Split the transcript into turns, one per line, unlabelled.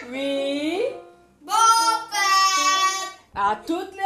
puis
Bon père
à toutes les